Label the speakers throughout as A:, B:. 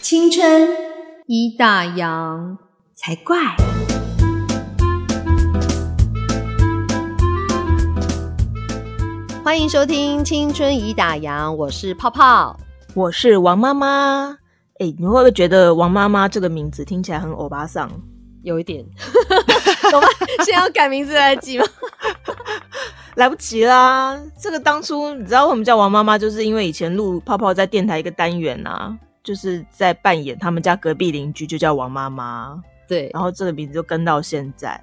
A: 青春
B: 一大洋。
A: 才怪。
B: 欢迎收听《青春已打烊》，我是泡泡。
C: 我是王妈妈。哎、你会不会觉得王妈妈这个名字听起来很欧巴桑？
B: 有一点， 懂吗？ 现在要改名字来得及吗？
C: 来不及啦！这个当初你知道为什么叫王妈妈，就是因为以前录泡泡在电台一个单元啊，就是在扮演他们家隔壁邻居，就叫王妈妈，
B: 对，
C: 然后这个名字就跟到现在。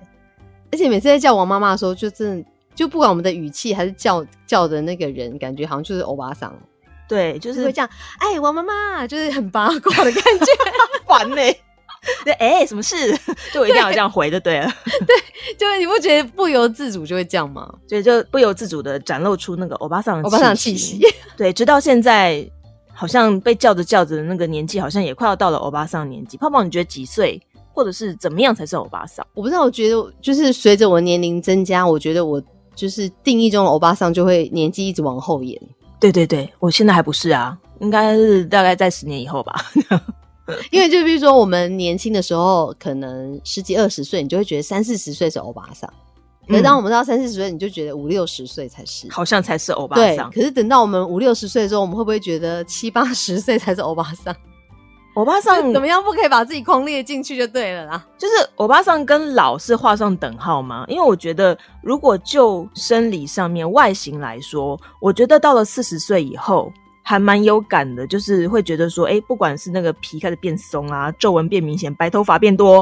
B: 而且每次在叫王妈妈的时候，就真的就不管我们的语气还是叫叫的那个人，感觉好像就是欧巴桑，
C: 对，就
B: 就是是会这样。哎，王妈妈，就是很八卦的感觉。
C: 烦呢、对，哎、什么事？就我一定要这样回就对了，
B: 就是你不觉得不由自主就会这样吗？
C: 所以就不由自主的展露出那个欧巴桑的
B: 欧巴桑的气息
C: 息。。对，直到现在，好像被叫着叫着的那个年纪，好像也快要到了欧巴桑年纪。泡泡，你觉得几岁，或者是怎么样才是欧巴桑？
B: 我不知道，我觉得就是随着我年龄增加，我觉得我就是定义中的欧巴桑就会年纪一直往后延。
C: 对对对，我现在还不是啊，应该是大概在十年以后吧。
B: 因为就比如说我们年轻的时候，可能十几二十岁，你就会觉得三四十岁是欧巴桑；可是当我们到三四十岁，你就觉得五六十岁才是。
C: 嗯好像才是欧巴
B: 对，
C: 桑。
B: 可是等到我们五六十岁的时候，我们会不会觉得七八十岁才是欧巴桑？
C: 欧巴 桑
B: 怎么样，不可以把自己框列进去就对了啦。
C: 就是欧巴桑跟老是画上等号吗？因为我觉得，如果就生理上面外形来说，我觉得到了四十岁以后。还蛮有感的，就是会觉得说，哎、不管是那个皮开始变松啊，皱纹变明显，白头发变多，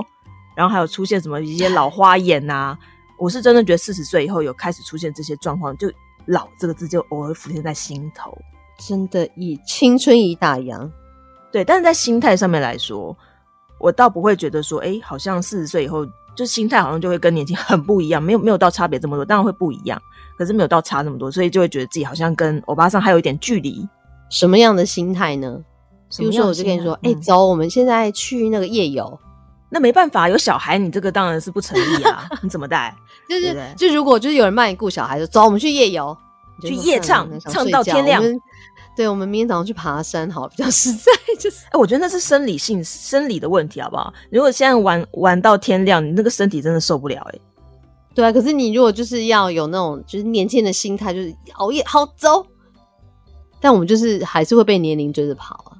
C: 然后还有出现什么一些老花眼呐、我是真的觉得四十岁以后有开始出现这些状况，就“老”这个字就偶尔浮现在心头。
B: 真的以青春以打烊，
C: 对，但是在心态上面来说，我倒不会觉得说，哎、好像四十岁以后，就心态好像就会跟年轻很不一样，没有没有到差别这么多，当然会不一样，可是没有到差那么多，所以就会觉得自己好像跟欧巴桑还有一点距离。
B: 什么样的心态呢？
C: 什
B: 比
C: 么
B: 如说，
C: 样
B: 我
C: 的
B: 就
C: 心
B: 跟你
C: 态
B: 说，哎、
C: 嗯
B: 走，我们现在去那个夜游，
C: 那没办法，有小孩，你这个当然是不成立啊， 你怎么带？
B: 就是
C: 对不对
B: 就如果就是有人帮你顾小孩，就走，我们去夜游，你就
C: 去
B: 说
C: 夜
B: 算了
C: 唱
B: 想
C: 唱
B: 睡
C: 到
B: 觉
C: 天亮
B: 我们对，我们明天早上去爬山，好，比较实在。 就是
C: 哎、我觉得那是生理性生理的问题，好不好？如果现在玩玩到天亮，你那个身体真的受不了、哎，
B: 对啊，可是你如果就是要有那种就是年轻人的心态，就是熬夜好走，但我们就是还是会被年龄追着跑啊。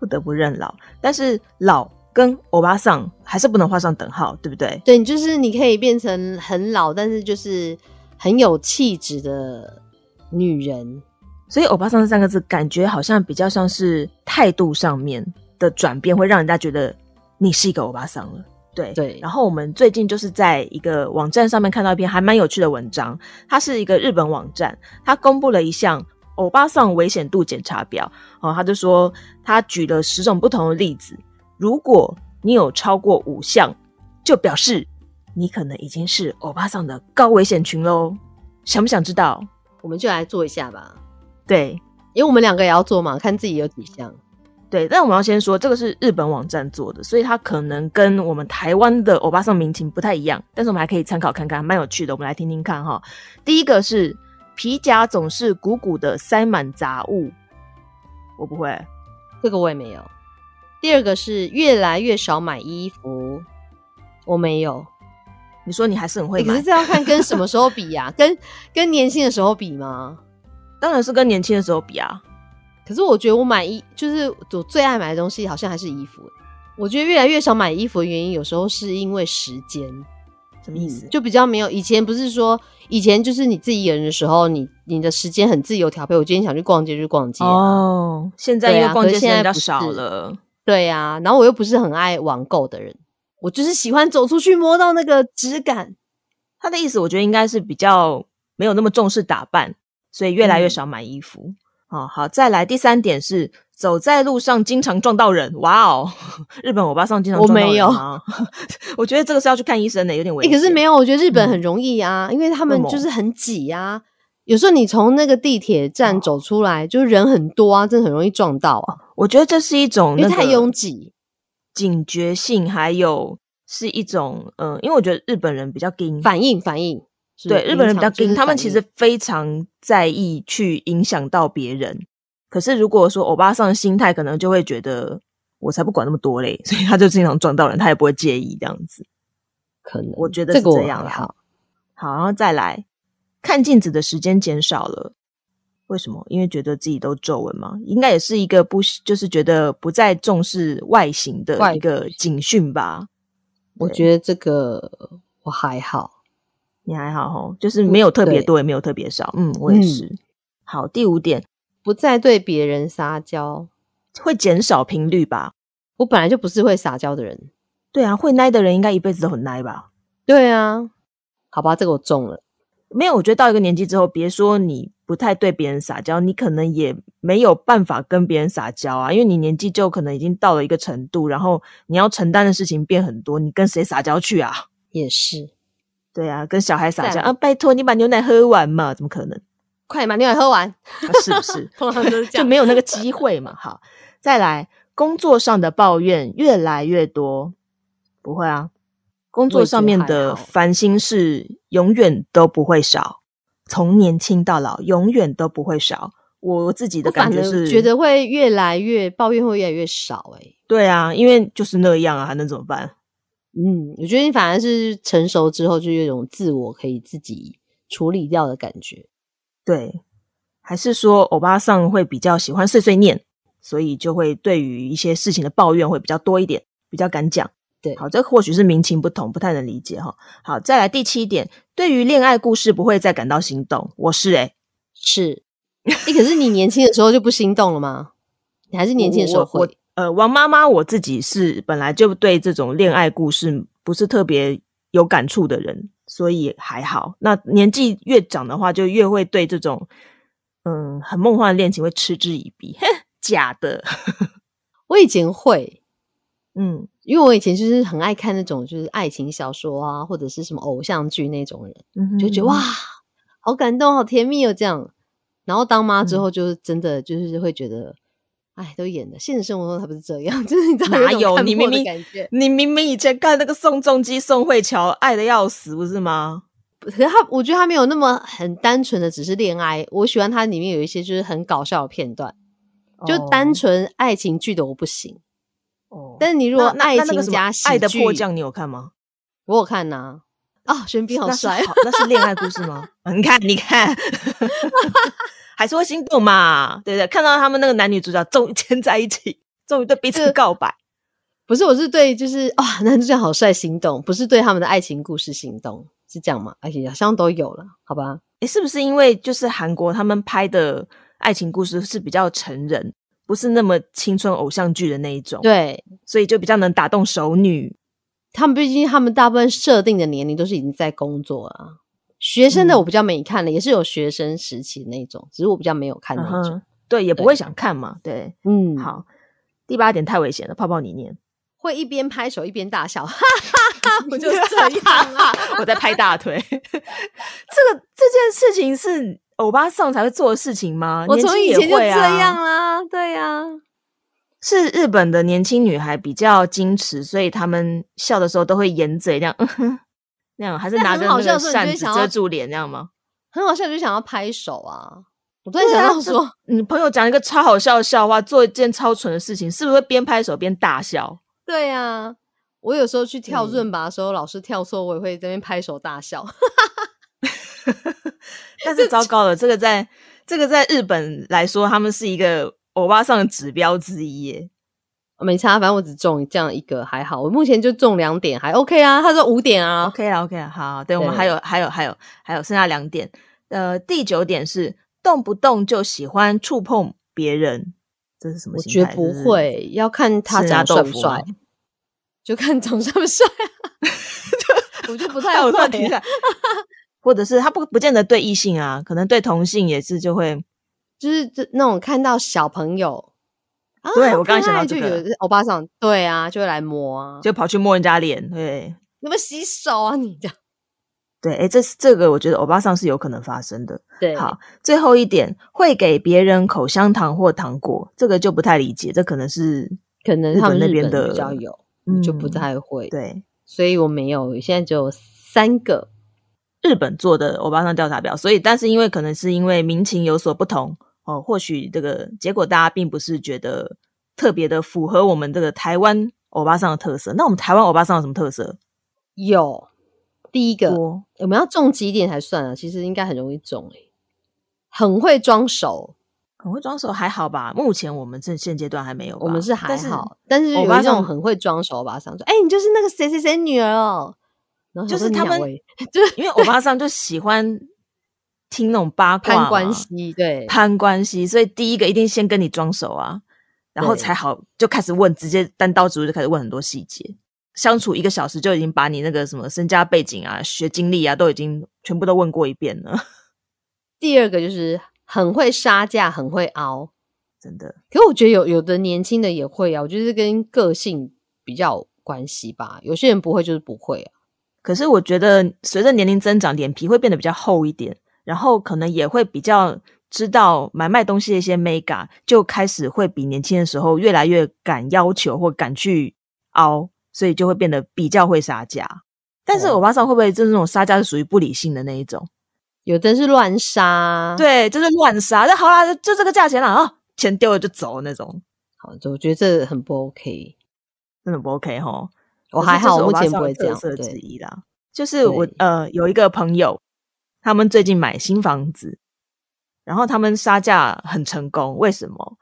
C: 不得不认老，但是老跟欧巴桑还是不能画上等号，对不对？
B: 对你就是你可以变成很老，但是就是很有气质的女人。
C: 所以“欧巴桑”这三个字，感觉好像比较像是态度上面的转变，会让人家觉得你是一个欧巴桑了。对
B: 对
C: 然后我们最近就是在一个网站上面看到一篇还蛮有趣的文章，它是一个日本网站，它公布了一项欧巴桑危险度检查表。哦，他就说他举了十种不同的例子，如果你有超过五项，就表示你可能已经是欧巴桑的高危险群喽。想不想知道？
B: 我们就来做一下吧，
C: 对，
B: 因为我们两个也要做嘛，看自己有几项。
C: 对，但我们要先说，这个是日本网站做的，所以它可能跟我们台湾的欧巴桑民情不太一样，但是我们还可以参考看看，蛮有趣的。我们来听听看哈。第一个是皮夹总是鼓鼓的，塞满杂物，我不会。
B: 这个我也没有。第二个是越来越少买衣服，我没有。
C: 你说你还是很会
B: 欸可
C: 买
B: 是，这要看跟什么时候比呀、 跟跟年轻的时候比吗？
C: 当然是跟年轻的时候比啊。
B: 可是我觉得我买衣，就是我最爱买的东西，好像还是衣服。欸我觉得越来越少买衣服的原因，有时候是因为时间，嗯
C: 什么意思？
B: 就比较没有以前不是说以前就是你自己一个人的时候，你你的时间很自由调配。我今天想去逛街就去逛街啊、
C: 哦，现在
B: 对
C: 因
B: 啊
C: 为逛
B: 可是
C: 街时间
B: 现在
C: 比较
B: 不是
C: 少了，
B: 对呀、然后我又不是很爱网购的人，我就是喜欢走出去摸到那个质感。
C: 他的意思，我觉得应该是比较没有那么重视打扮，所以越
B: 嗯
C: 来越少买衣服。哦，好，再来第三点是走在路上经常撞到人。哇哦，日本欧巴桑经常
B: 我
C: 撞到
B: 没
C: 人
B: 有
C: 吗 我觉得这个是要去看医生的，有点危
B: 欸
C: 险。
B: 可是没
C: 有，
B: 有，我觉得日本很容易啊，因为他们
C: 嗯为什么
B: 就是很挤啊。有时候你从那个地铁站
C: 哦
B: 走出来，就人很多啊，真的很容易撞到啊，
C: 我觉得这是一种
B: 因为
C: 哦那
B: 太
C: 个
B: 拥挤。
C: 警觉性，还有是一种嗯、呃因为我觉得日本人比较硬，
B: 反应，反应，是
C: 对，日本人比较
B: 临场就
C: 硬，
B: 是
C: 他们
B: 反
C: 其
B: 应
C: 实非常在意去影响到别人。可是如果说欧巴桑的心态，可能就会觉得我才不管那么多嘞， 所以他就经常撞到人，他也不会介意这样子。
B: 可能
C: 我觉得
B: 这
C: 是
B: 个我
C: 这样
B: 还
C: 啦
B: 好，
C: 好，然后再来看镜子的时间减少了，为什么？因为觉得自己都皱纹嘛，应该也是一个不就是觉得不再重视外形的
B: 外
C: 一个警讯吧？
B: 我
C: 对
B: 觉得这个我还好。
C: 你还好吼，就是没有特别
B: 对
C: 多，也没有特别少。嗯，我也
B: 嗯
C: 是。好，第五点
B: 不再对别人撒娇，
C: 会减少频率吧？
B: 我本来就不是会撒娇的人。
C: 对啊，会奶的人应该一辈子都很奶吧？
B: 对啊，好吧，这个我中了。
C: 没有，我觉得到一个年纪之后，别说你不太对别人撒娇，你可能也没有办法跟别人撒娇啊，因为你年纪就可能已经到了一个程度，然后你要承担的事情变很多，你跟谁撒娇去啊？
B: 也是，
C: 对啊，跟小孩撒
B: 再
C: 娇
B: 来
C: 啊，拜托你把牛奶喝完嘛，怎么可能？
B: 快把牛奶喝完，
C: 啊、是不是？
B: 通常都是这
C: 就
B: 样。
C: 没有那个机会嘛。好，再来，工作上的抱怨越来越多，不会啊，工作上面
B: 我也觉
C: 的
B: 得还好
C: 烦心事永远都不会少，从年轻到老，永远都不会少。我自己的
B: 我
C: 感
B: 反
C: 觉
B: 而
C: 是，
B: 觉得会越来越抱怨会越来越少、欸。哎，
C: 对啊，因为就是那样啊，还能怎么办？
B: 嗯，我觉得你反而是成熟之后，就有一种自我可以自己处理掉的感觉。
C: 对，还是说欧巴桑会比较喜欢碎碎念，所以就会对于一些事情的抱怨会比较多一点，比较敢讲。
B: 对
C: 好，这或许是民情不同，不太能理解哈。好，再来第七点，对于恋爱故事不会再感到心动。我是欸诶、
B: 是，哎、可是你年轻的时候就不心动了吗？你还是年轻的时候
C: 我我
B: 会？
C: 呃，王妈妈我自己是本来就对这种恋爱故事不是特别有感触的人，所以还好。那年纪越长的话，就越会对这种嗯很梦幻的恋情会嗤之以鼻， 假的。
B: 我以前会，
C: 嗯，
B: 因为我以前就是很爱看那种就是爱情小说啊，或者是什么偶像剧那种人，就
C: 嗯
B: 觉得哇，，好感动，好甜蜜哦，这样。然后当
C: 嗯
B: 妈之后，就是真的就是会觉得，哎、都演的，现实生活中他不是这样， 就是你知道
C: 哪
B: 一种
C: 有
B: 看
C: 你
B: 破
C: 明
B: 的
C: 明
B: 感觉。
C: 你明明以前看那个宋仲基、宋慧乔爱的要死，不是吗？
B: 可是他，我觉得他没有那么很单纯的只是恋爱，我喜欢他里面有一些就是很搞笑的片段，就单纯爱情剧的我不行。
C: 哦。
B: 但是你如果
C: 那那
B: 爱
C: 那那
B: 情
C: 个什么
B: 加喜
C: 爱的
B: 剧
C: 迫降，你有看吗？
B: 我有看呐、哦， 玄彬好
C: 那是
B: 帅，
C: 那是恋爱故事吗？ 你看，你看， 还是会心动嘛？对不对？看到他们那个男女主角终于牵在一起，终于对彼
B: 这
C: 此告白，
B: 不是，我是对就是哇、男主角好帅心动，不是对他们的爱情故事心动，是这样吗？而且好像都有了，好吧？
C: 诶，是不是因为就是韩国他们拍的爱情故事是比较成人，不是那么青春偶像剧的那一种，，
B: 对
C: 所以就比较能打动熟女。
B: 他们，毕竟他们大部分设定的年龄都是已经在工作了啊、学生的
C: 嗯
B: 我比较没看了，也是有学生时期的那种，只是我比较没有看那
C: 嗯
B: 种。
C: 哼，对，也不
B: 对
C: 会想看嘛，对。
B: 嗯，
C: 好，第八点太危险了，泡泡你念，
B: 会一边拍手一边大 笑，哈哈哈，我就是 这样啊。
C: 我在拍大腿。 这个这件事情是欧巴桑才会做的事情吗？
B: 我
C: 年
B: 从
C: 轻
B: 以
C: 也
B: 前就这
C: 会啊
B: 样啦、对啊呀、
C: 是日本的年轻女孩比较矜持，所以她们笑的时候都会掩嘴这样， 嗯哼，那样还是
B: 那
C: 拿
B: 很
C: 着
B: 好
C: 那
B: 笑的
C: 个
B: 时候你就会
C: 扇子
B: 想要
C: 遮住脸这样吗？
B: 很好笑，就想要拍手啊。我突然
C: 对
B: 想
C: 啊
B: 到
C: 这
B: 说，
C: 你朋友讲一个超好笑的笑话，做一件超蠢的事情，是不是会边拍手边大笑？
B: 对呀、我有时候去跳
C: 嗯
B: 润拔的时候，老师跳错，我也会在那边拍手大笑。
C: 但是糟糕了，这个在这个在日本来说，他们是一个欧巴桑的指标之一耶。
B: 没差，反正我只中这样一个还好，我目前就中两点，还 OK 啊。他说五点啊
C: OK 啦，OK 啦，好，对我们
B: 对
C: 还有还有还有还有剩下两点，呃，第九点是动不动就喜欢触碰别人，这是什么
B: 我
C: 心
B: 觉
C: 态？
B: 得不
C: 这是
B: 会， 要看他
C: 吃人
B: 长得
C: 家
B: 帅
C: 豆
B: 不
C: 腐
B: 帅
C: 吗，
B: 就看长得 帅不帅、啊。我就不太
C: 哎，我突然
B: 会啊
C: 停下来，或者是他不不见得对异性啊，可能对同性也是就
B: 嗯
C: 会，
B: 就是这那种看到小朋友，啊、
C: 对
B: 好
C: 我刚刚
B: 可
C: 想到
B: 爱
C: 这
B: 就
C: 个
B: 有欧巴桑，对啊，就会来摸啊，
C: 就跑去摸人家脸，对
B: 你们洗手啊，你 这样
C: 对，哎，这是这个我觉得欧巴桑是有可能发生的。
B: 对
C: 好，最后一点会给别人口香糖或糖果，这个就不太理解，这可能是
B: 可能
C: 日
B: 他们
C: 本那
B: 日
C: 边
B: 本
C: 的
B: 比较有，
C: 嗯
B: 就不太会，
C: 对
B: 所以我没有，现在只有三个，
C: 日本做的欧巴桑调查表，所以但是因为可能是因为民情有所不同哦，或许这个结果大家并不是觉得特别的符合我们这个台湾欧巴桑的特色。那我们台湾欧巴桑有什么特色？
B: 有第一个
C: 多，
B: 我们要中几点才算啊？其实应该很容易中诶、很会装熟。
C: 很会装熟还好吧？目前我们这现阶段还没有吧，
B: 我们是还
C: 但
B: 好，但是
C: 欧
B: 有
C: 巴
B: 一种
C: 桑
B: 很会装熟吧，上说，哎、你就是那个谁谁谁女儿哦。然后
C: 就
B: 想
C: 是
B: 说
C: 他
B: 你哪
C: 们
B: 位
C: 因为欧巴桑就喜欢听那种八卦嘛
B: 攀关系，对，
C: 攀关系，所以第一个一定先跟你装熟啊，然后
B: 对
C: 才好就开始问，直接单刀直入就开始问很多细节。相处一个小时就已经把你那个什么身家背景啊、学经历啊，都已经全部都问过一遍了，
B: 第二个就是很会杀价，很会熬。
C: 真的。
B: 可我觉得有有的年轻的也会啊，我觉得是跟个性比较有关系吧。有些人不会就是不会啊，
C: 可是我觉得随着年龄增长，脸皮会变得比较厚一点，然后可能也会比较知道买卖东西的一些 mega，就开始会比年轻的时候越来越敢要求或敢去凹，所以就会变得比较会杀价。但是
B: 哦
C: 欧巴桑会不会就是那种杀价是属于不理性的那一种？
B: 有的人是乱杀，，
C: 对，就是乱杀，那好啦，就就这个价钱啦，啊，钱丢了就走那种，
B: 好，就我觉得这很不 OK。
C: 真的不 OK 吼。
B: 我
C: 可是
B: 还
C: 这
B: 好，
C: 是
B: 我
C: 欧
B: 目
C: 巴
B: 前
C: 桑
B: 不
C: 的
B: 会这样。
C: 特色之
B: 对，
C: 一啦。就是我
B: 对
C: 呃有一个朋友，他们最近买新房子，然后他们杀价很成功，为什么？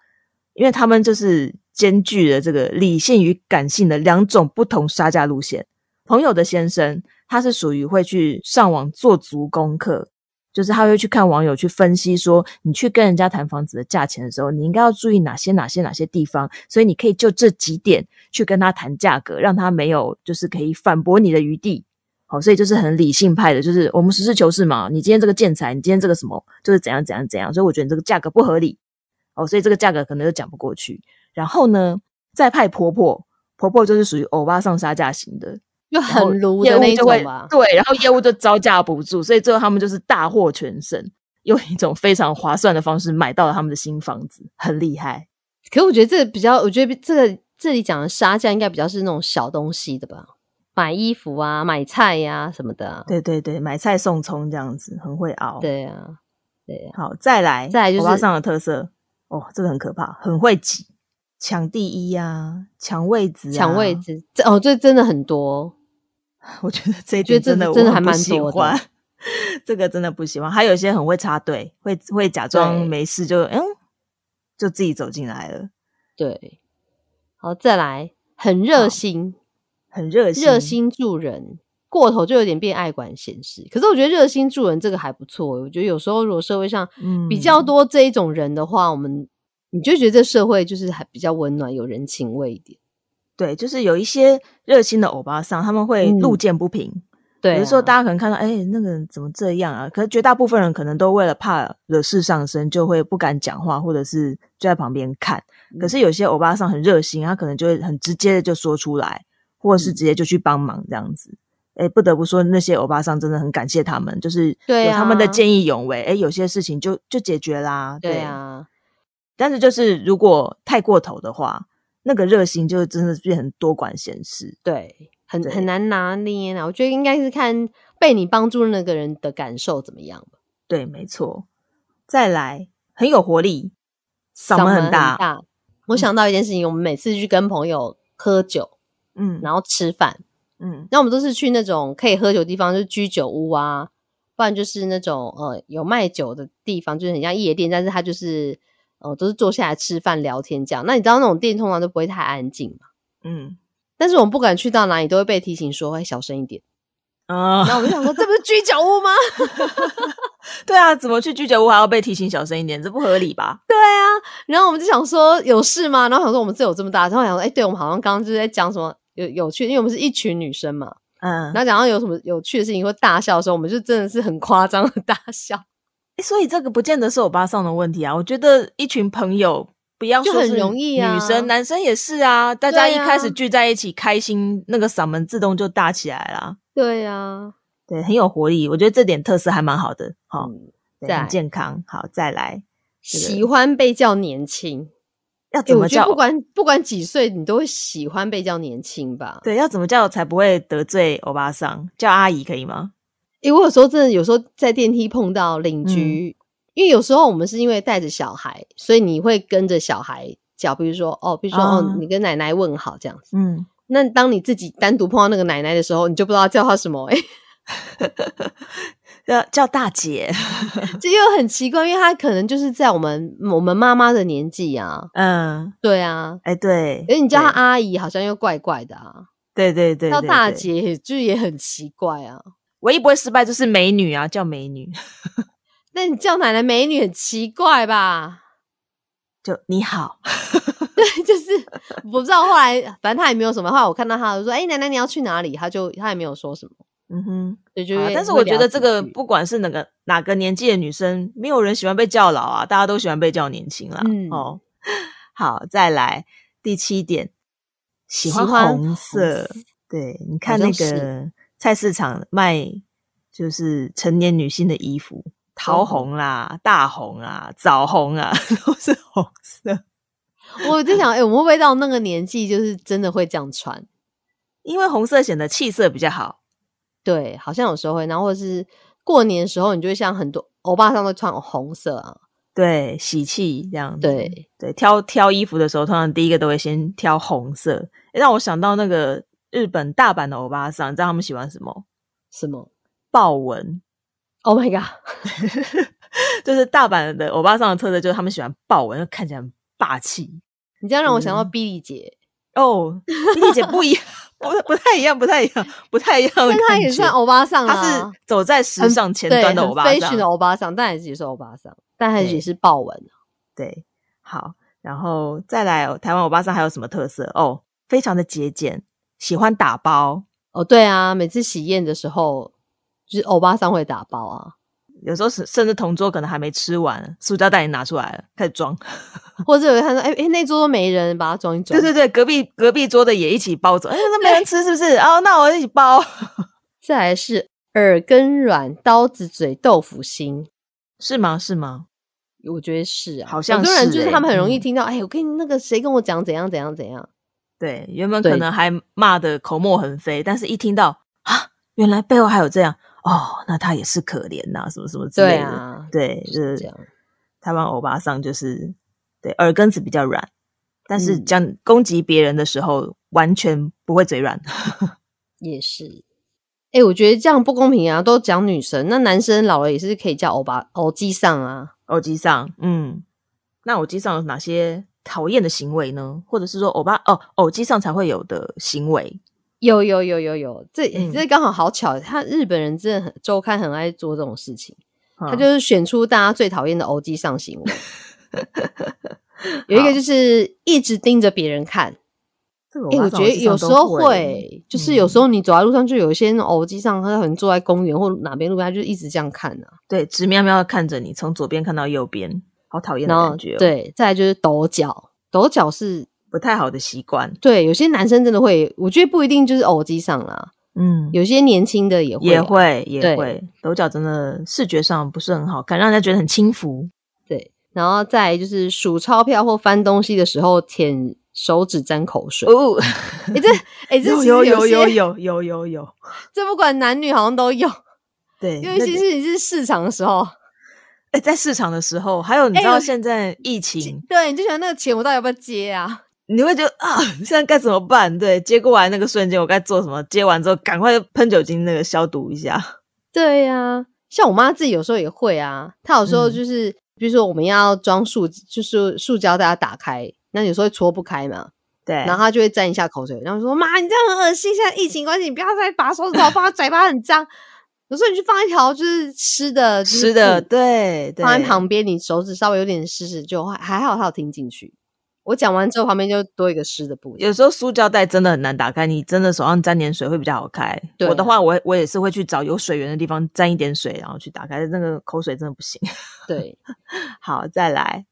C: 因为他们就是兼具了这个理性与感性的两种不同杀价路线。朋友的先生他是属于会去上网做足功课，就是他会去看网友去分析说，你去跟人家谈房子的价钱的时候，你应该要注意哪些哪些哪些地方，所以你可以就这几点去跟他谈价格，让他没有就是可以反驳你的余地。好，所以就是很理性派的，就是我们实事求是嘛。你今天这个建材，你今天这个什么，就是怎样怎样怎样，所以我觉得你这个价格不合理。哦，所以这个价格可能就讲不过去。然后呢，再派婆婆，婆婆就是属于欧巴上杀价型的，
B: 就
C: 然后
B: 很撸
C: 业
B: 的
C: 务
B: 那
C: 就
B: 种啊
C: 会
B: 吧。
C: 对，然后业务就招架不住，所以最后他们就是大获全胜，用一种非常划算的方式买到了他们的新房子，很厉害。
B: 可我觉得这比较，我觉得这个这里讲的杀价应该比较是那种小东西的吧，买衣服啊、买菜呀、什么的啊、
C: 对对对，买菜送葱这样子，很会熬。，
B: 对啊，对啊，
C: 好，再来，
B: 再来就是
C: 欧巴桑的特色哦，这个很可怕，很会挤，抢第一呀、抢位置、啊，
B: 抢位。置，这哦，这真的很多。
C: 我觉得这一
B: 觉得
C: 点
B: 这
C: 真的
B: 真的还
C: 我很
B: 蛮
C: 不喜
B: 多的
C: 欢，这个真的不喜欢。还有一些很会插队，会会假装
B: 对
C: 没事就嗯，就自己走进来了，
B: 对，好，再来，很热心，
C: 很热心，
B: 热心助人，过头就有点变爱管闲事。可是我觉得热心助人这个还不错欸、我觉得有时候如果社会上
C: 嗯
B: 比较多这一种人的话，我们你就觉得这社会就是还比较温暖，有人情味一点。
C: 对，就是有一些热心的欧巴桑，他们会
B: 嗯
C: 路见不平，
B: 对、啊，
C: 比如说大家可能看到，哎、那个人怎么这样啊？可是绝大部分人可能都为了怕惹事上身，就会不敢讲话，或者是就在旁边看。
B: 嗯
C: 可是有些欧巴桑很热心，他可能就会很直接的就说出来，或者是
B: 嗯
C: 直接就去帮忙这样子。哎、不得不说，那些欧巴桑真的很感谢他们，就是
B: 对
C: 有他们的
B: 啊
C: 见义勇为。哎、有些事情就就解决啦。
B: 对啊，
C: 但是就是如果太过头的话，那个热心就真的变成多管闲事。
B: 对，很
C: 对
B: 很难拿捏啊啦。我觉得应该是看被你帮助的那个人的感受怎么样吧。
C: 对，没错。再来，很有活力，嗓
B: 嗓
C: 门很
B: 很
C: 大，
B: 我想到一件事情，我们每次去跟朋友喝酒，
C: 嗯
B: 然后吃饭，
C: 嗯，
B: 那我们都是去那种可以喝酒的地方，就是居酒屋啊，不然就是那种呃有卖酒的地方，就是很像夜店，但是它就是呃都是坐下来吃饭聊天这样。那你知道那种店通常都不会太安静嘛，
C: 嗯
B: 但是我们不管去到哪里都会被提醒说，哎，小声一点。
C: 啊，
B: 然后我们就想说，这不是居酒屋吗？
C: 对啊，怎么去居酒屋还要被提醒小声一点？这不合理吧？
B: 然后我们就想说有事吗？然后想说我们这有这么大，然后想说，哎，对我们好像刚刚就是在讲什么有有趣，因为我们是一群女生嘛，
C: 嗯
B: 然，后讲到有什么有趣的事情或大笑的时候，我们就真的是很夸张的大笑。
C: 诶所以这个不见得是欧巴桑的问题啊。我觉得一群朋友不要
B: 就
C: 说
B: 很
C: 是
B: 容易啊
C: 女生男生也是啊，大家
B: 对
C: 一开始
B: 啊
C: 聚在一起开心，那个嗓门自动就大起来啦。
B: 对啊呀、
C: 对，很有活力，我觉得这点特色还蛮好的。好、
B: 嗯
C: 对，
B: 再
C: 很
B: 来
C: 健康。好，再来这个
B: 喜欢被叫年轻。
C: 要
B: 哎、
C: 怎么
B: 我觉
C: 叫
B: 得不管不管几岁，你都会喜欢被叫年轻吧？
C: 对，要怎么叫才不会得罪欧巴桑？叫阿姨可以吗？
B: 因为我有时候真的有时候在电梯碰到邻居，因为有时候我们是因为带着小孩，所以你会跟着小孩角，比如说哦，比如说、
C: 啊
B: 哦，你跟奶奶问好这样子。
C: 嗯，
B: 那当你自己单独碰到那个奶奶的时候，你就不知道叫她什么哎、
C: 呃，叫大姐，
B: 这又很奇怪，因为她可能就是在我们我们妈妈的年纪啊，
C: 嗯，
B: 对啊，
C: 哎、对，
B: 哎，你叫她
C: 对，
B: 阿姨好像又怪怪的啊，
C: 对对对，
B: 叫
C: 对
B: 大，
C: 对
B: 姐也就也很奇怪啊。
C: 唯一不会失败就是美女啊，叫美女，
B: 那你叫奶奶美女很奇怪吧？
C: 就你好，
B: 对，就是我不知道后来，反正她也没有什么。后来我看到她就说：“哎、奶奶你要去哪里？”她就她也没有说什么。
C: 嗯哼。
B: 对，就
C: 啊
B: 会
C: 但是
B: 会
C: 我觉
B: 聊
C: 得
B: 几
C: 这个
B: 句
C: 不管是哪个哪个年纪的女生，没有人喜欢被叫老啊，大家都喜欢被叫年轻啦。
B: 嗯
C: 哦， 好，再来第七点，喜欢
B: 喜欢
C: 红色。对，你看那
B: 像
C: 个菜市场卖就是成年女性的衣服，桃
B: 都
C: 红啦、大红啊、枣红啊， 都是红色。
B: 我在想，哎、我们会不会到那个年纪，就是真的会这样穿？
C: 因为红色显得气色比较好，
B: 对，好像有时候会，然后或者是过年的时候，你就会像很多欧巴上都穿红色啊，
C: 对，喜气这样子。
B: 对，
C: 对，挑挑衣服的时候，通常第一个都会先挑红色，诶让我想到那个日本大阪的欧巴桑，你知道他们喜欢什么？
B: 什么
C: 豹纹，
B: ？Oh my god！
C: 就是大阪的欧巴桑的特色就是他们喜欢豹纹，看起来很霸气。
B: 你这样让我想到
C: 嗯
B: b i 姐，
C: 哦，丽姐不一样，不不太一样，不太一样，不太一样的
B: 但
C: 感觉。
B: 她也算欧巴桑
C: 她
B: 啊
C: 是，走在时
B: 很
C: 尚前
B: 对
C: 端的
B: 很
C: 欧巴
B: fashion
C: 桑
B: 的，欧巴桑，但也是也是欧巴桑，但还是
C: 对
B: 也是豹纹。啊
C: 对，好，然后再来哦台湾欧巴桑还有什么特色？哦，非常的节俭，喜欢打包，
B: 哦，对啊，每次喜宴的时候，就是欧巴桑会打包啊，
C: 有时候甚甚至同桌可能还没吃完，塑胶袋已经拿出来了，开始装。
B: 或者有人看到，哎、哎、那桌都没人，把它装一装。
C: 对对对，隔壁隔壁桌的也一起包走，哎，那没人吃是 不是？哦，那我一起包。
B: 再来是耳根软、刀子嘴、豆腐心，
C: 是吗？是吗？
B: 我觉得是啊，
C: 好像
B: 很多人
C: 是
B: 就是
C: 欸
B: 他们很容易
C: 嗯
B: 听到，哎、我跟你那个谁跟我讲怎样怎样怎样，
C: 对，原本
B: 对
C: 可能还骂的口沫横飞，但是一听到啊，原来背后还有这样，哦，那他也是可怜呐、什么什么之
B: 对
C: 类的。
B: 啊，
C: 对，就是是
B: 这样，
C: 台湾欧巴桑就是对耳根子比较软，但是
B: 嗯
C: 讲攻击别人的时候完全不会嘴软。
B: 也是。哎、我觉得这样不公平啊！都讲女生，那男生老了也是可以叫欧巴、欧基上啊。
C: 偶机上，嗯，那偶机上有哪些讨厌的行为呢？或者是说偶巴哦，偶机上才会有的行为？
B: 有有有有有，这、
C: 嗯
B: 这刚好好巧，他日本人真的很周刊很爱做这种事情，他
C: 他
B: 就是选出大家最讨厌的欧基上行为。有一
C: 好
B: 个就是一直盯着别人看，
C: 这个
B: 哎、我觉
C: 巴桑
B: 得
C: 偶机
B: 有
C: 上
B: 时
C: 都
B: 候
C: 会，嗯
B: 会，就是有时候你走在路上，就有一些那种偶机上，他可能坐在公园或哪边路边，他就一直这样看啊。
C: 对，直喵喵的看着你，从左边看到右边，好讨厌的
B: 然后
C: 感觉、哦，，
B: 对，再来就是抖脚，抖脚是
C: 不太好的习惯，
B: 对，有些男生真的会，我觉得不一定就是偶机上啦，
C: 嗯，
B: 有些年轻的也会、啊
C: 也。
B: 对
C: 会也会，抖脚真的视觉上不是很好看，让人家觉得很轻浮。
B: 对，然后再来就是数钞票或翻东西的时候舔手指沾口水。
C: 哦，
B: 哎、这哎、这
C: 有
B: 其实
C: 有
B: 有
C: 有
B: 些
C: 有有有有有，
B: 这不管男女好像都有，
C: 对，
B: 尤其是你是市场的时 候，
C: 哎，在市场的时候，还有你知
B: 哎
C: 道
B: 我
C: 现在疫情，
B: 对，你就想那个钱我到底要不要接啊？
C: 你会觉得啊，现在该怎么办？对，接过来那个瞬间，我该做什么？接完之后，赶快喷酒精，那个消毒一下。
B: 对呀、像我妈自己有时候也会啊，她有时候就是，比如说我们要装塑，就是塑胶袋要打开，那有时候会戳不开嘛，
C: 对，
B: 然后她就会沾一下口水，然后说：“妈，你这样很恶心，现在疫情关系，你不要再把手指头放在嘴巴，很脏。”我说：“你去放一条就是湿的，就是
C: 吃的，
B: 布
C: 对对，
B: 放在旁边，你手指稍微有点湿湿就还还好，她有听进去。”我讲完之后，旁边就多一个湿的布。
C: 有时候塑胶袋真的很难打开，你真的手上沾点水会比较好开。
B: 对
C: 我的
B: 啊
C: 话，我我也是会去找有水源的地方沾一点水，然后去打开。那个口水真的不行。
B: 对，
C: 好，再来。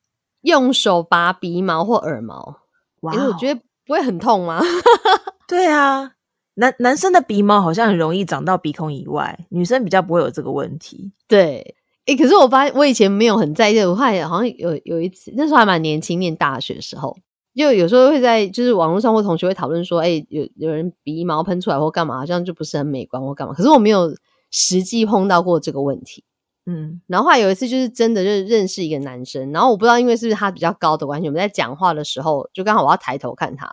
B: 用手拔鼻毛或耳毛，
C: 哇
B: 因为我
C: 哦
B: 觉得不会很痛吗？
C: 对啊，男男生的鼻毛好像很容易长到鼻孔以外，女生比较不会有这个问题。
B: 对，诶、可是我发现我以前没有很在意这个，我后来好像有有一次，那时候还蛮年轻，念大学的时候，就有时候会在就是网络上或同学会讨论说，哎、有有人鼻毛喷出来或干嘛，好像就不是很美观或干嘛。可是我没有实际碰到过这个问题，
C: 嗯
B: 然后后来有一次就是真的就是认识一个男生，然后我不知道因为是不是他比较高的关系，我们在讲话的时候就刚好我要抬头看他，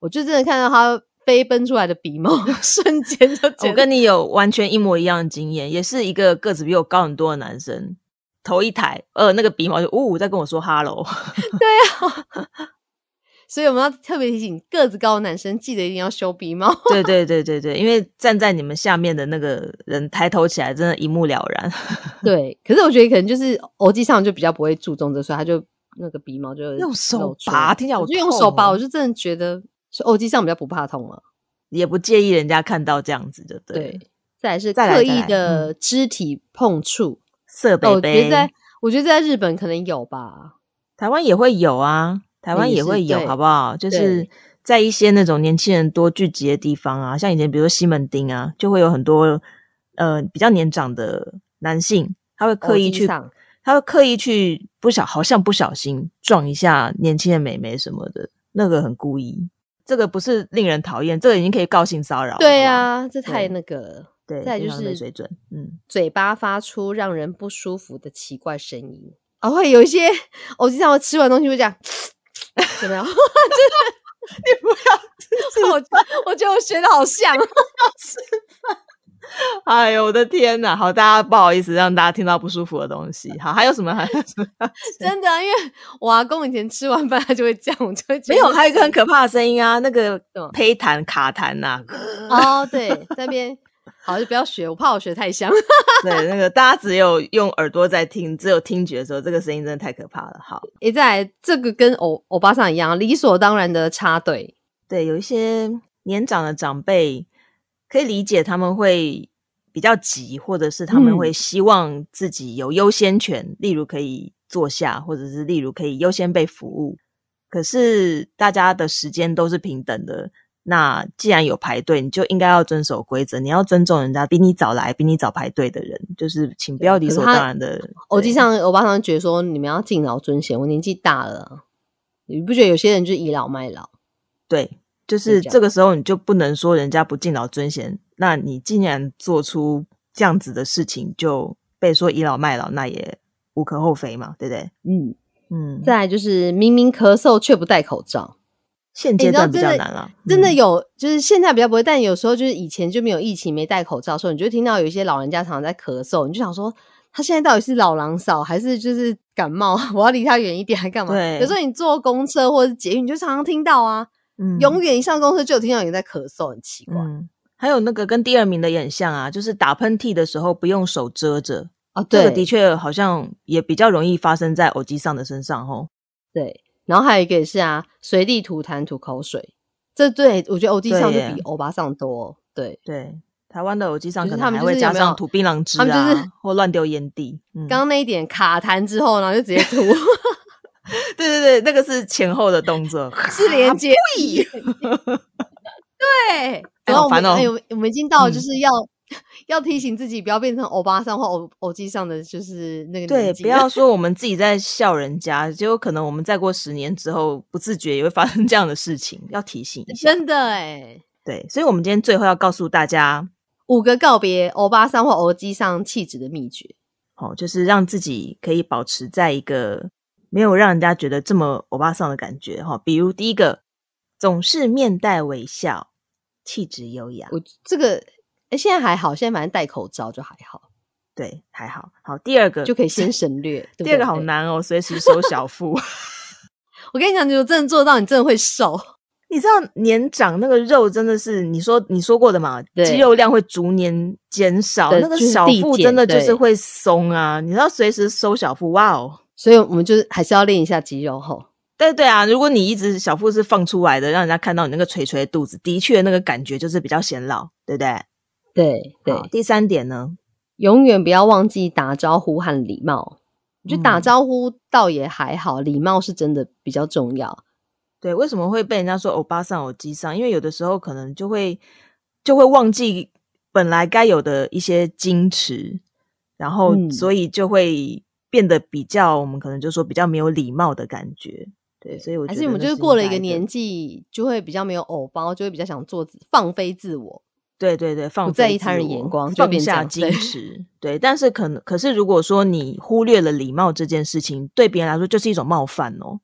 B: 我就真的看到他飞奔出来的鼻毛， 瞬间就觉
C: 我
B: 得
C: 跟你有完全一模一样的经验，也是一个个子比我高很多的男生，头一抬，呃，那个鼻毛就呜、在跟我说 “hello”。
B: 所以我们要特别提醒个子高的男生，记得一定要修鼻毛。
C: 对对对对对，因为站在你们下面的那个人抬头起来，真的一目了然。
B: 对，可是我觉得可能就是偶机上就比较不会注重这，所以他就那个鼻毛就
C: 用手
B: 露出
C: 拔
B: 来
C: 听起来好
B: 我就用
C: 痛
B: 手拔，
C: 哦
B: 我就真的觉得是偶机上比较不怕痛嘛。
C: 也不介意人家看到这样子的，对，
B: 对，再来是
C: 再来
B: 刻
C: 再
B: 意
C: 来嗯
B: 的肢体碰触，
C: 色
B: 哦
C: 北
B: 我觉得
C: 北，
B: 在我觉得在日本可能有吧。
C: 台湾也会有啊，台湾
B: 也
C: 也
B: 是
C: 会有，
B: 对
C: 好不好？就是
B: 对
C: 在一些那种年轻人多聚集的地方啊，像以前比如说西门町啊，就会有很多呃比较年长的男性，他会刻意
B: 偶机
C: 去，
B: 上
C: 他会刻意去不小，好像不小心撞一下年轻的美眉什么的，那个很故意。这个不是令人讨厌，这个已经可以告性骚扰了。
B: 对
C: 呀、
B: 啊，这太
C: 对
B: 那个了。
C: 对，
B: 再
C: 非
B: 就
C: 常没
B: 是
C: 水准。嗯，
B: 嘴巴发出让人不舒服的奇怪声音，啊，会有一些，我经常吃完东西会这样， 有没有？ 真 的，你不要，我我觉得我学的好像，
C: 哎呦我的天呐！好，大家不好意思让大家听到不舒服的东西。好，还有什么？还有什么？
B: 真的啊，因为我阿公以前吃完饭他就会这样，我就会觉
C: 没有，
B: 得
C: 还有一个很可怕的声音啊，那个
B: 什么
C: 胚弹卡弹呐、
B: 哦，对，那边好就不要学，我怕我学太像。
C: 对，那个大家只有用耳朵在听，只有听觉的时候，这个声音真的太可怕了。好，
B: 诶，再来这个跟欧欧巴桑一样，啊理所当然的插队，
C: 对，有一些年长的长辈可以理解他们会比较急，或者是他们
B: 嗯
C: 会希望自己有优先权，例如可以坐下，或者是例如可以优先被服务。可是大家的时间都是平等的，那既然有排队，你就应该要遵守规则，你要尊重人家比你早来、比你早排队的人，就是请不
B: 对
C: 要理
B: 可是
C: 所
B: 他
C: 当然的。
B: 我
C: 对
B: 际上，我爸常觉得说，你们要敬老尊贤，我年纪大了啊，你不觉得有些人就是倚老卖老？
C: 对，
B: 可
C: 就
B: 以
C: 是
B: 这
C: 这个时候你就不能说人家不敬老尊贤，那你竟然做出这样子的事情，就被说倚老卖老，那也无可厚非嘛，对不对？
B: 嗯，
C: 嗯，
B: 再来就是明明咳嗽却不戴口罩，
C: 现
B: 诶
C: 阶
B: 你知道
C: 段比较
B: 真的
C: 难了，
B: 真的
C: 嗯
B: 有，就是现在比较不会，但有时候就是以前就没有疫情没戴口罩的时候，你就会听到有一些老人家常常在咳嗽，你就想说。他现在到底是老狼少还是就是感冒？ 我要离他远一点，还干嘛？有
C: 对
B: 时候你坐公车或者捷运，你就常常听到啊，
C: 嗯
B: 永远一上公车就有听到有人在咳嗽，很奇怪、
C: 嗯，还有那个跟第二名的也很像啊，就是打喷嚏的时候不用手遮着，
B: 啊。
C: 这
B: 对，
C: 个的确好像也比较容易发生在偶机上的身上吼。
B: 对，然后还有一个也是啊，随地吐痰、吐口水，这对我觉得欧弟上就
C: 对耶
B: 比欧巴上多。对，
C: 对，台湾的偶机上
B: 就是
C: 可
B: 他
C: 能
B: 们
C: 还
B: 就是有
C: 会加
B: 没有
C: 上吐槟榔汁
B: 他们就是
C: 啊，或乱丢烟蒂。嗯
B: 刚刚那一点卡痰之后，然后就直接吐，
C: 对对对，那个是前后的动作，
B: 是连接体。 对，然后
C: 好
B: 我们
C: 烦哦
B: 哎，我们我们已经到了就
C: 嗯
B: 是要要提醒自己不要变成欧巴上或欧欧弟上的就是那个
C: 对，
B: 年纪
C: 不
B: 了
C: 要说我们自己在笑人家，结果可能我们再过十年之后，不自觉也会发生这样的事情，要提醒一下。
B: 真的哎。
C: 对，所以我们今天最后要告诉大家，
B: 五个告别欧巴桑或欧基上气质的秘诀，
C: 哦，就是让自己可以保持在一个没有让人家觉得这么欧巴桑的感觉哈、比如第一个，总是面带微笑，气质优雅。
B: 我这个哎现在还好，现在反正戴口罩就还好，
C: 对，还好。好，第二个
B: 就可以 先省略。对不
C: 第二个
B: 对
C: 好难哦，随时收小腹。
B: 我跟你讲，你有真的做到，你真的会瘦。
C: 你知道年长那个肉真的是你说你说过的嘛？
B: 对
C: 肌肉量会逐年减少，
B: 对
C: 那个
B: 就是
C: 小
B: 递
C: 腹
B: 减
C: 真的就是
B: 对
C: 会松啊！你知道随时收小腹，哇哦！
B: 所以我们就是还是要练一下肌肉吼。
C: 对对啊，如果你一直小腹是放出来的，让人家看到你那个垂垂的肚子，的确那个感觉就是比较显老，对不对？
B: 对对
C: 好，第三点呢，
B: 永远不要忘记打招呼和礼貌。我觉得打
C: 嗯
B: 招呼倒也还好，礼貌是真的比较重要。
C: 对，为什么会被人家说欧巴桑、欧基桑？因为有的时候可能就会就会忘记本来该有的一些矜持，然后
B: 嗯
C: 所以就会变得比较，我们可能就说比较没有礼貌的感觉。对，所以我觉
B: 还
C: 得
B: 是我们
C: 那
B: 就是
C: 应
B: 过了一
C: 该
B: 个
C: 的
B: 年纪，就会比较没有偶包，就会比较想做自放飞自我。
C: 对对对，放
B: 不在
C: 飞
B: 意
C: 自
B: 他人
C: 我
B: 眼光就
C: 放
B: 变这
C: 下
B: 样对
C: 矜持，对。但是可能，可是如果说你忽略了礼貌这件事情，对别人来说就是一种冒犯哦，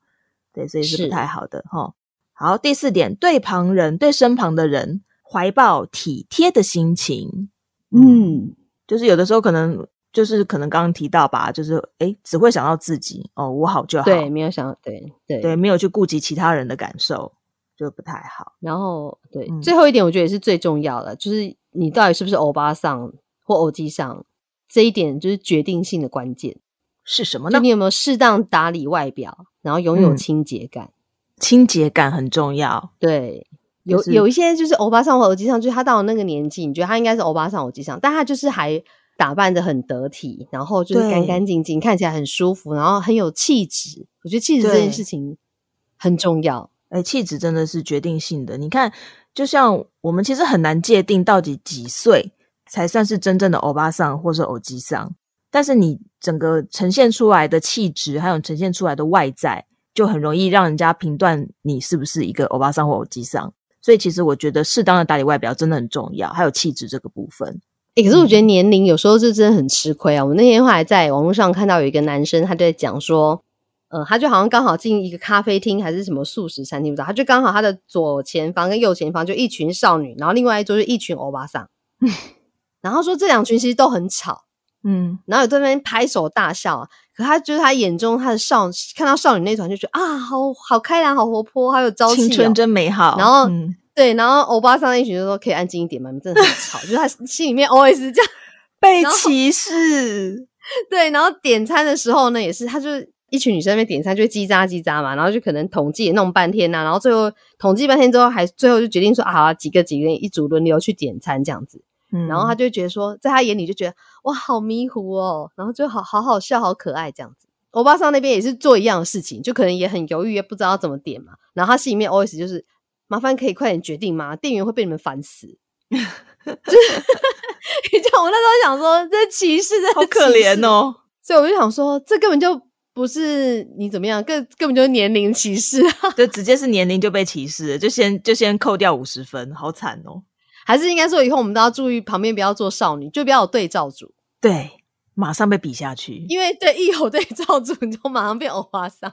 C: 对，所以是
B: 是
C: 不太好的哈。好，第四点，对旁人、对身旁的人怀抱体贴的心情，
B: 嗯，
C: 就是有的时候可能就是可能刚刚提到吧，就是诶只会想到自己哦，我好就好，
B: 对，没有想到，对对
C: 对，没有去顾及其他人的感受，就不太好。
B: 然后对、
C: 嗯
B: 最后一点，我觉得也是最重要的，就是你到底是不是欧巴桑或欧基上，这一点就是决定性的关键。
C: 是什么
B: 就
C: 呢
B: 你？有没有适当打理外表，然后拥有
C: 嗯
B: 清洁感？
C: 清洁感很重要，
B: 对，
C: 就
B: 有
C: 是
B: 有一些就是欧巴桑或欧基上，就是他到了那个年纪，你觉得他应该是欧巴桑、欧基上，但他就是还打扮的很得体，然后就是干
C: 对
B: 干净净，看起来很舒服，然后很有气质。我觉得气质这
C: 对
B: 件事情很重要。
C: 哎，气质真的是决定性的。你看，就像我们其实很难界定到底几岁才算是真正的欧巴桑或是欧基桑，但是你整个呈现出来的气质，还有呈现出来的外在，就很容易让人家评断你是不是一个欧巴桑或欧基桑。所以，其实我觉得适当的打理外表真的很重要，还有气质这个部分。
B: 欸，可是我觉得
C: 嗯
B: 年龄有时候这真的很吃亏啊。我那天后来在网络上看到有一个男生，他就在讲说，呃，他就好像刚好进一个咖啡厅还是什么素食餐厅，不知道，他就刚好他的左前方跟右前方就一群少女，然后另外一桌就一群欧巴桑， 然后说这两群其实都很吵，
C: 嗯，
B: 然后有在那边拍手大笑、啊。可他就是他眼中他的少看到少女那团就觉得啊，好好开朗，好活泼，好有朝气、哦，
C: 青春真美好。
B: 然后
C: 嗯
B: 对。然后欧巴桑那一群就说可以安静一点嘛，你们真的很吵， 就是他心里面 always 这样。
C: 被
B: 然后
C: 歧视，
B: 对，然后点餐的时候呢，也是，他就是一群女生在那边点餐，就会叽喳叽喳嘛，然后就可能统计也弄半天呐、然后最后统计半天之后，还最后就决定说啊，好啊几个几个一组轮流去点餐这样子，
C: 嗯
B: 然后他就觉得说，在他眼里就觉得哇，好迷糊哦，然后就好好好笑，好可爱这样子。欧巴桑那边也是做一样的事情，就可能也很犹豫，也不知道怎么点嘛。然后他心里面 always 就是麻烦可以快点决定吗？店员会被你们烦死。 就是 你知道我那时候想说，这歧视，这
C: 好可怜
B: 哦。
C: 哦。
B: 所以我就想说，这根本就不是你怎么样，根根本就是年龄歧视啊，
C: 就直接是年龄就被歧视了，就先就先扣掉五十分，好惨哦。
B: 还是应该说以后我们都要注意旁边不要做少女，就不要有对照组，
C: 对，马上被比下去。
B: 因为对一有对照组，你就马上变欧巴桑。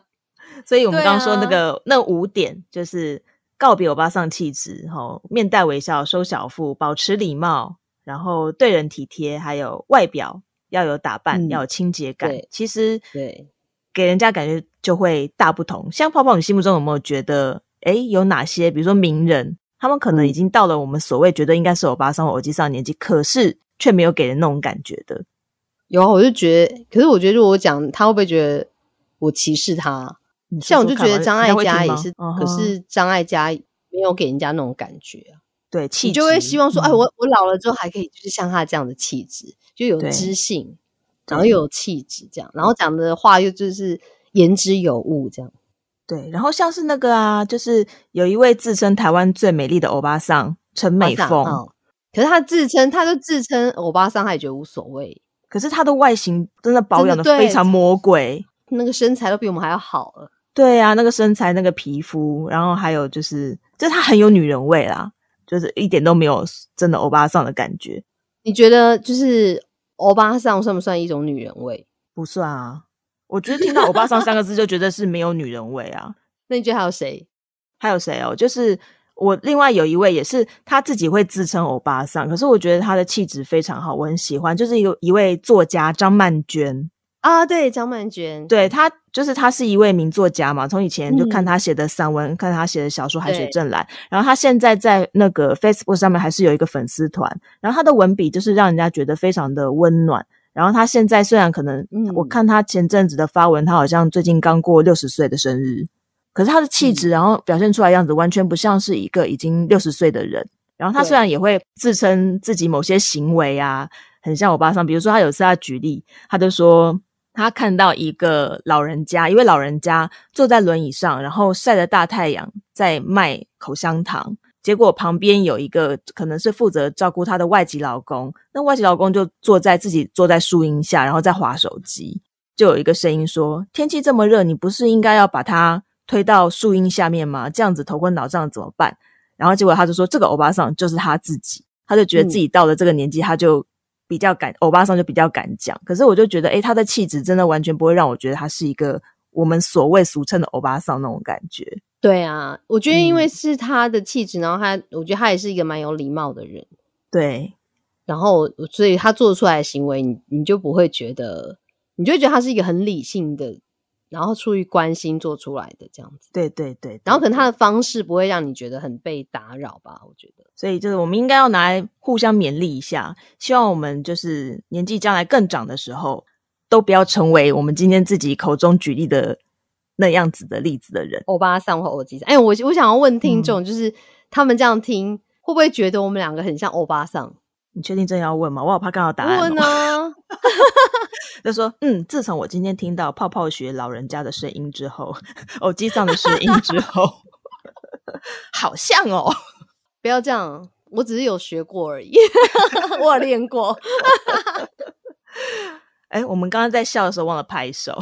C: 所以我们
B: 对
C: 刚刚说那
B: 啊
C: 个、那五点就是告别欧巴桑气质，吼，面带微笑，收小腹，保持礼貌，然后对人体贴，还有外表要有打扮，
B: 嗯
C: 要有清洁感
B: 对。
C: 其实
B: 对，
C: 给人家感觉就会大不同。像泡泡，你心目中有没有觉得，诶，有哪些，比如说名人，他们可能已
B: 嗯
C: 经到了我们所谓觉得应该是欧巴桑或欧基桑的年纪，可是却没有给人那种感觉的。
B: 有啊，我就觉得，可是我觉得如果我讲，他会不会觉得我歧视他？
C: 你说
B: 像我
C: 说
B: 就
C: 看
B: 觉
C: 吧
B: 得张
C: 人
B: 艾
C: 家会
B: 嘉
C: 听
B: 也
C: 吗
B: 是，
C: 嗯
B: 可
C: 哼
B: 是张艾嘉没有给人家那种感觉啊。
C: 对气
B: 你就会
C: 质
B: 希望说，哎，
C: 嗯
B: 我我老了之后还可以就是像他这样的气质，就有
C: 对
B: 知性，然后又有气质这样，然后讲的话又就是言之有物这样。
C: 对，然后像是那个啊，就是有一位自称台湾最美丽的欧巴桑陈美
B: 巴
C: 凤，
B: 桑嗯可是他自称，他就自称欧巴桑，他也觉得无所谓，
C: 可是她的外形真的保
B: 真的
C: 养的
B: 对
C: 非常魔鬼。
B: 那个身材都比我们还要好了。
C: 对啊，那个身材、那个皮肤，然后还有就是，就是她很有女人味啦，就是一点都没有真的欧巴桑的感觉，
B: 你觉得就是欧巴桑算不算一种女人味？
C: 不算啊。我觉得听 到“欧巴桑”三个字就觉得是没有女人味啊。
B: 那你觉得还有谁？
C: 还有谁哦？就是我另外有一位也是他自己会自称欧巴桑，可是我觉得他的气质非常好，我很喜欢。就是一个一位作家张曼娟，
B: 啊，对，张曼娟，
C: 对她就是她是一位名作家嘛，从以前就看
B: 嗯
C: 她写的散文，看她写的小说《海水
B: 对
C: 正蓝》，然后她现在在那个 Facebook 上面还是有一个粉丝团，然后她的文笔就是让人家觉得非常的温暖。然后她现在虽然可能，我
B: 嗯
C: 看她前阵子的发文，她好像最近刚过六十岁的生日，可是她的
B: 嗯
C: 气质，然后表现出来的样子，完全不像是一个已经六十岁的人。然后她虽
B: 对
C: 然也会自称自己某些行为啊，很像欧巴桑，比如说她有一次她举例，她就说她看到一个老人家，一位老人家坐在轮椅上，然后晒着大太阳在卖口香糖。结果旁边有一个可能是负责照顾她的外籍老公，那外籍老公就坐在自己坐在树荫下，然后在划手机。就有一个声音说：“天气这么热，你不是应该要把它推到树荫下面吗？这样子头昏脑胀怎么办？”然后结果他就说：“这个欧巴桑就是他自己。”他就觉
B: 嗯
C: 得自己到了这个年纪，他就比较敢，欧巴桑就比较敢讲。可是我就觉得，哎、他的气质真的完全不会让我觉得他是一个我们所谓俗称的欧巴桑那种感觉。
B: 对啊，我觉得因为
C: 嗯
B: 是他的气质，然后他，我觉得他也是一个蛮有礼貌的人，
C: 对，
B: 然后所以他做出来的行为，你你就不会觉得，你就会觉得他是一个很理性的，然后出于关心做出来的这样子，
C: 对对对。
B: 然后可能
C: 对
B: 他的方式不会让你觉得很被打扰吧，我觉得。
C: 所以就是我们应该要拿来互相勉励一下，希望我们就是年纪将来更长的时候，都不要成为我们今天自己口中举例的那样子的例子的人。
B: 欧巴桑或欧吉桑，哎、我我想要问听众，就是他们这样听，会不会觉得我们两个很像欧巴桑？
C: 你确定真的要问吗？我好怕看到答案、
B: 问啊
C: 哦。
B: 呢？
C: 就说，嗯，自从我今天听到泡泡学老人家的声音之后， 偶机上的声音之后， 好像哦。
B: 不要这样，我只是有学过而已， 我有练过。
C: 哎，我们刚刚在笑的时候忘了拍手，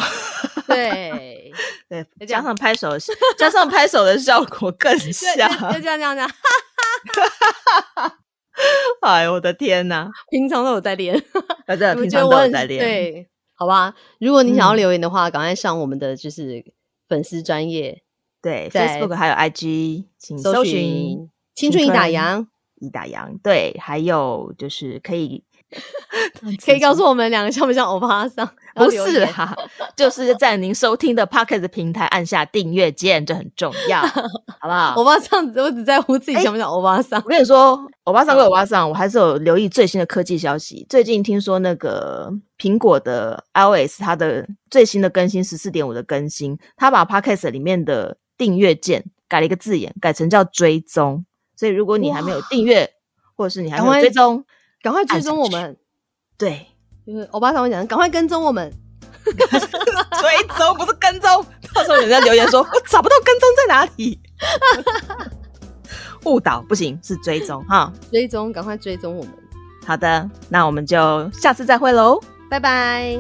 B: 对，
C: 对
B: 就，哎这样
C: 加上拍手的， 加上拍手的效果更
B: 对就
C: 像。
B: 就这样这样这样，
C: 哎呦，我的天哪！
B: 平常都有在练。
C: 啊，对，
B: 我
C: 平
B: 觉得
C: 常都
B: 我
C: 有
B: 很
C: 在练。，
B: 对，好吧。如果你想要
C: 嗯
B: 留言的话，赶快上我们的就是粉丝专业
C: 对
B: 在
C: f a c e b o o k 还有 IG，请搜寻
B: “青春已打
C: 青春
B: 烊
C: “一打烊”。对，还有就是可 以”，嗯
B: 可以告诉我们两个像不像欧巴桑？
C: 不
B: 然后留
C: 是
B: 言
C: 啦，就是在您收听的 Pocket 平台按下订阅键，这很重要，好不好
B: 欧？巴桑，我只在乎自己像不像欧巴桑
C: 我。跟你说，欧巴桑归欧巴桑，我还是有留意最新的科技消息。最近听说那个苹果的 iOS 它的最新的更新十四点五的更新，它把 Podcast 里面的订阅键改了一个字眼，改成叫追踪。所以如果你还没有订阅，或者是你还没
B: 赶快
C: 有追踪，
B: 赶快追
C: 按
B: 踪
C: 下
B: 我
C: 去
B: 们，
C: 对，
B: 就是欧巴桑会讲，赶快跟踪我们。
C: 追踪不是跟踪。到时候人家留言 说我找不到跟踪在哪里，误导不行，是追踪哈。
B: 追踪，赶快追踪我们，
C: 好的，那我们就下次再会喽。
B: 拜拜。